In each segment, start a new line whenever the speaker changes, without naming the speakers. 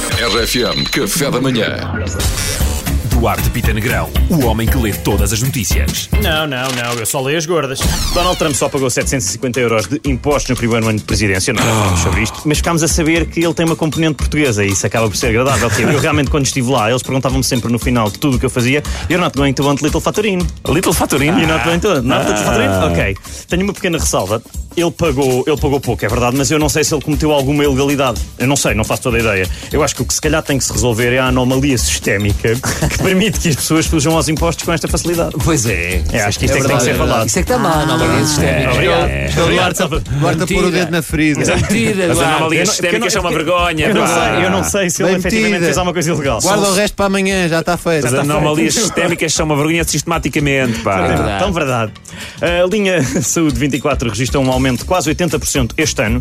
RFM Café da Manhã.
Duarte Pita Negrão, o homem que lê todas as notícias.
Não, não, não, eu só leio as gordas. Donald Trump só pagou 750 euros de impostos no primeiro ano de presidência, não falamos sobre isto, mas ficámos a saber que ele tem uma componente portuguesa e isso acaba por ser agradável. porque Eu realmente, quando estive lá, eles perguntavam-me sempre no final de tudo o que eu fazia: You're not going to want little Fatorin.
Little Fatorino.
You're not going to want little Fatorin? Ok. Tenho uma pequena ressalva. Ele pagou, ele pagou pouco, é verdade, mas eu não sei se ele cometeu alguma ilegalidade. Eu não sei, não faço toda a ideia. Eu acho que o que se calhar tem que se resolver é a anomalia sistémica que permite que as pessoas fujam aos impostos com esta facilidade.
Pois é.
É, acho que isto é, que tem que ser falado.
Isso é que está mal, não é
Ah,
sistémico.
Obrigado. Obrigado.
Basta pôr o dedo na ferida.
Mentira, As
Eu
anomalias
não- eu não-
sistémicas são é uma vergonha.
Eu não,
pá.
sei, eu não sei se ele
Bem
efetivamente
metida.
fez alguma coisa ilegal.
Guarda o resto para amanhã, já está feito.
As anomalias sistémicas são uma vergonha sistematicamente, pá. É
Tão verdade. A linha Saúde 24 registra um aumento de quase 80% este ano.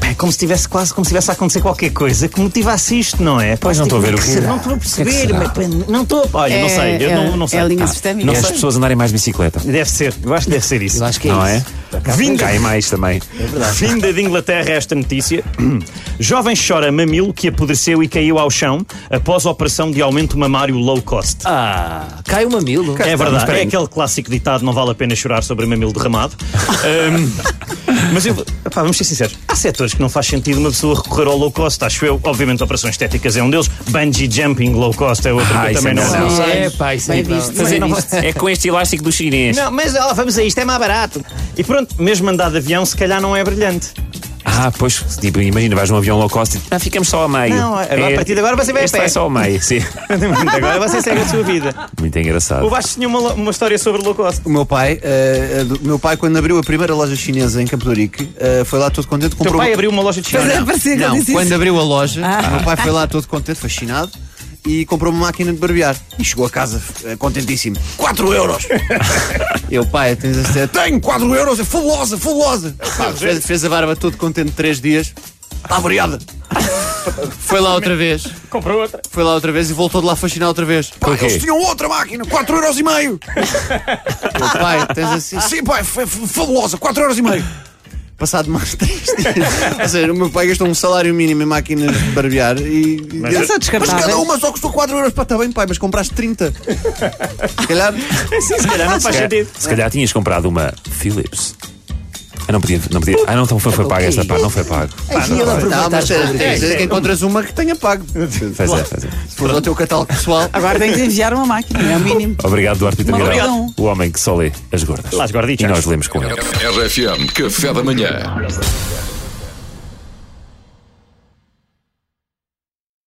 Pá, É como se tivesse quase como se tivesse a acontecer qualquer coisa que motivasse isto, não é? Pois
não estou a ver o que-
Não estou a perceber, mas, pá, não estou a. Olha, não
É-
sei, eu
é-
não, não sei.
É a linha
Ah,
sistémica.
não
E as
sei.
pessoas andarem mais de bicicleta.
Deve ser, eu acho que deve ser isso.
Eu acho que é
Não é?
isso.
Vinda,
Caem mais também.
vinda de Inglaterra esta notícia. Jovem chora mamilo que apodreceu e caiu ao chão após a operação de aumento mamário low cost.
Ah, cai o mamilo.
É
Mas
verdade,
espera
é
aí.
aquele clássico ditado: não vale a pena chorar sobre mamilo derramado. Ahm, mas eu, epá, vamos ser sinceros: há setores que não faz sentido uma pessoa recorrer ao low cost, acho eu. Obviamente, operações estéticas é um deles, bungee jumping low cost é outro
Ah,
que eu
isso
também
é
não,
melhor
não
não.
sei.
É, pá, isso
Bem
aí não.
visto, bem
Fazer
visto.
isto é com este elástico do chinês.
Não, mas ó, vamos a isto, é mais barato. E pronto, mesmo andar de avião, se calhar não é brilhante.
Ah, pois, tipo, imagina, vais num avião low cost e ah, ficamos só a meio.
Não, agora,
É,
a partir de agora você vai a
este
pé.
vai só a meio, sim.
Agora você segue a sua vida.
Muito
O
engraçado.
Vasco tinha uma, lo- uma história sobre low cost.
O meu pai, eh, do- meu pai, quando abriu a primeira loja chinesa em Campo de Ourique, eh, foi lá todo contente,
O teu
comprou.
pai abriu uma loja de
Pois é,
China.
parecia que ele
Não,
disse
quando
isso.
abriu a loja, o meu pai foi lá todo contente, fascinado, e comprou uma máquina de barbear. E chegou a casa eh, contentíssimo. 4 euros! Eu, pai, tens a certeza? Tenho 4 euros! É fulosa, fulosa! Pá, fez, fez a barba todo contente 3 dias. Está variada! Foi lá outra vez,
Comprou outra.
foi lá outra vez e voltou de lá fascinado outra vez. Pá,
quê?
eles tinham outra máquina, 4 euros e meio! Eu, pai, tens assim. Sim, pai, foi f- fabulosa, 4 euros e meio! Passado mais 3 dias. Ou seja, o meu pai gastou um salário mínimo em máquinas de barbear e. Mas,
é só descartável.
cada uma só custou 4 euros. Pá, está bem, pai, mas compraste 30. Se calhar.
Sim, se calhar não faz
Se
sentido.
calhar- Se calhar tinhas comprado uma Philips. Ah, não podia, não podia. Ah, não, então foi,
É
foi pago esta parte, não foi pago.
E ele
Não,
aproveita
mas
as
tens
coisas.
tens- que encontras uma que tenha pago. Se
Faz é, faz é.
for o teu catálogo pessoal.
Agora tem que enviar uma máquina, é o mínimo.
Obrigado, Duarte Pita Negrão.
Obrigado.
O homem que só lê as gordas.
Lá as gorditas.
E nós lemos com ele.
RFM Café da Manhã.